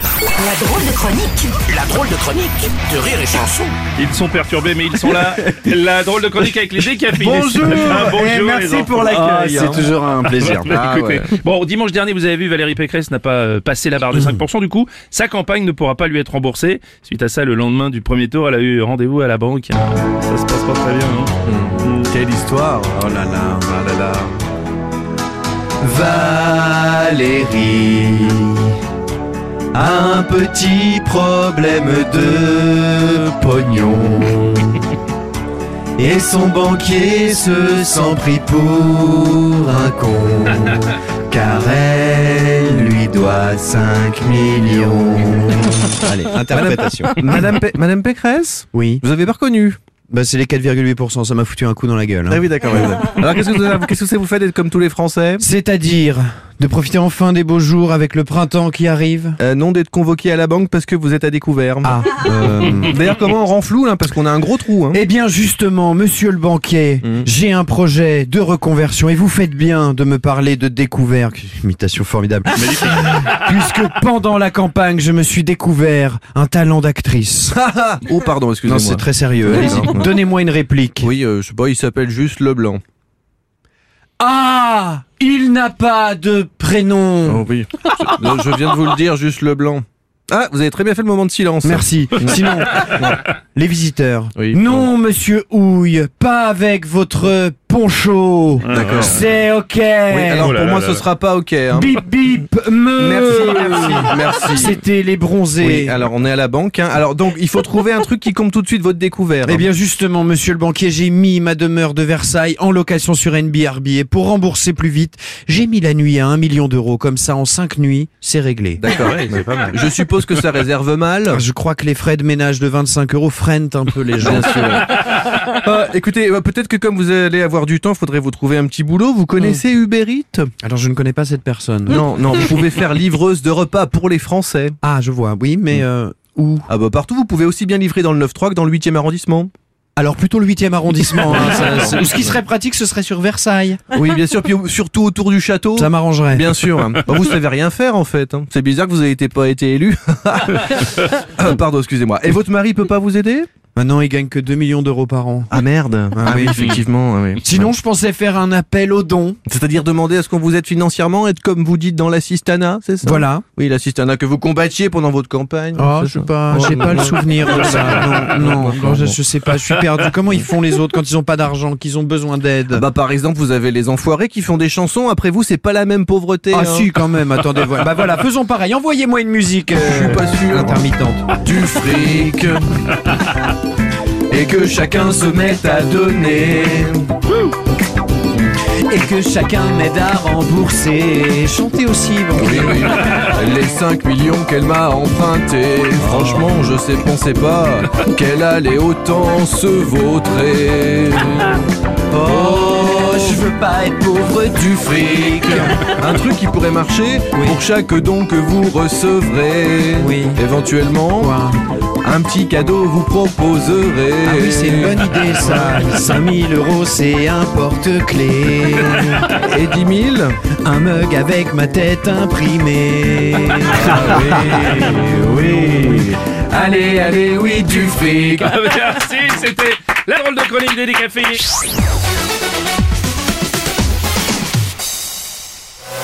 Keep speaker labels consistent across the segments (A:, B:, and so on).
A: La drôle de chronique
B: La drôle de chronique de Rire et Chanson.
C: Ils sont perturbés, mais ils sont là. La drôle de chronique avec les décaféinés.
D: Bonjour,
C: Ah, bonjour,
D: et
C: les
D: merci
C: enfants.
D: pour l'accueil. hein.
E: Ah, c'est toujours un plaisir. Ah
C: Bah, écoutez. Bon, dimanche dernier, vous avez vu, Valérie Pécresse n'a pas euh, passé la barre des 5%. Du coup, sa campagne ne pourra pas lui être remboursée. Suite à ça, le lendemain du premier tour, elle a eu rendez-vous à la banque. Ça se passe pas très bien. hein.
D: Quelle histoire Oh là là, oh là là.
E: Valérie a un petit problème de pognon. Et son banquier se sent pris pour un con. Car elle lui doit 5 millions. Allez, interprétation.
D: Madame, Pe- Madame Pécresse
E: Oui.
D: Vous avez pas reconnu
E: Bah, c'est les 4,8%, ça m'a foutu un coup dans la gueule. hein.
D: Ah oui, d'accord. ouais, ouais. Alors qu'est-ce que vous- qu'est-ce que c'est que vous faites d'être comme tous les Français
E: C'est-à-dire de profiter enfin des beaux jours avec le printemps qui arrive
D: Euh, Non, d'être convoqué à la banque parce que vous êtes à découvert.
E: Ah, euh,
D: D'ailleurs, comment on renfloue là Parce qu'on a un gros trou. Hein.
E: Eh bien justement, monsieur le banquier, j'ai un projet de reconversion et vous faites bien de me parler de découvert. Imitation formidable. Puisque pendant la campagne, je me suis découvert un talent d'actrice.
D: Oh, pardon,
E: non,
D: excusez-moi.
E: c'est très sérieux. Allez-y,
D: Non.
E: donnez-moi une réplique.
D: Oui, euh, je sais pas, il s'appelle juste Leblanc.
E: Ah, il n'a pas de prénom.
D: Oh oui. Je, euh, je viens de vous le dire, juste Leblanc. Ah, vous avez très bien fait le moment de silence.
E: Merci. Sinon, les visiteurs.
D: Oui.
E: non, monsieur Houille, pas avec votre poncho.
D: Ah, D'accord.
E: C'est ok.
D: Oui, alors
C: Oh là
D: pour
C: là
D: moi,
C: là
D: ce
C: là.
D: sera pas OK. hein.
E: Bip bip, me.
D: Merci, merci, merci.
E: C'était les bronzés.
D: Oui, alors on est à la banque. Hein. Alors donc il faut trouver un truc qui compte tout de suite votre découvert. hein.
E: Eh bien justement, monsieur le banquier, j'ai mis ma demeure de Versailles en location sur NBRB et pour rembourser plus vite, j'ai mis la nuit à un million d'euros. Comme ça, en cinq nuits, c'est réglé.
D: D'accord. Je suppose que ça réserve mal.
E: Je crois que les frais de ménage de 25 euros freinent un peu les gens.
D: Ah, écoutez, euh, peut-être que comme vous allez avoir du temps, faudrait vous trouver un petit boulot. Vous connaissez Uber Eats
E: Alors je ne connais pas cette personne.
D: Non, non, vous pouvez faire livreuse de repas pour les Français.
E: Ah, je vois, oui, mais euh, où
D: Ah bah partout, vous pouvez aussi bien livrer dans le 9-3 que dans le 8e arrondissement.
E: Alors plutôt le 8e arrondissement. hein, ça- c'est- ou ce qui serait pratique, ce serait sur Versailles.
D: Oui, bien sûr, puis au- surtout autour du château.
E: Ça m'arrangerait.
D: Bien sûr. hein. Bah, vous savez rien faire en fait. hein. C'est bizarre que vous n'ayez été- pas été élu. Euh, Pardon, excusez-moi. Et votre mari peut pas vous aider
E: Maintenant, il gagne que 2 millions d'euros par an.
D: Ah merde. Ah, oui, effectivement. ah oui.
E: Sinon, je pensais faire un appel aux dons.
D: C'est-à-dire demander à ce qu'on vous aide financièrement, être comme vous dites dans l'assistana, c'est ça
E: Voilà.
D: Oui, l'assistana que vous combattiez pendant votre campagne.
E: Oh,
D: c'est
E: je sais
D: ça.
E: pas,
D: Oh,
E: j'ai
D: non,
E: pas le
D: non.
E: souvenir de ça. Non, non,
D: D'accord,
E: non, je,
D: bon.
E: je sais pas, je suis perdu. Comment ils font les autres quand ils ont pas d'argent, qu'ils ont besoin
D: Ah
E: d'aide
D: Bah par exemple, vous avez les enfoirés qui font des chansons, après vous, c'est pas la même pauvreté.
E: Ah
D: hein.
E: si, quand même. Attendez, voilà. Bah voilà, faisons pareil. Envoyez-moi une musique euh,
D: Je suis pas sûr.
E: intermittente.
D: du fric et que chacun se mette à donner.
E: Et que chacun m'aide à rembourser. Chantez aussi. Bon.
D: Oui, oui. Les 5 millions qu'elle m'a empruntés. Franchement, je sais, pensais pas qu'elle allait autant se vautrer. Oh, je
E: veux pas être pauvre.
D: du fric. Un truc qui pourrait marcher pour chaque don que vous recevrez.
E: Oui.
D: Éventuellement, un petit cadeau vous proposerez.
E: Ah oui, c'est une bonne idée ça. 5000 euros, c'est un porte-clé.
D: Et 10 000
E: Un mug avec ma tête imprimée.
D: Ah oui, oui. Allez, allez, oui, du fric.
C: Ah, Merci, c'était la drôle de chronique des décaféinés.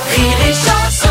A: Rire et Chanson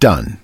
F: done.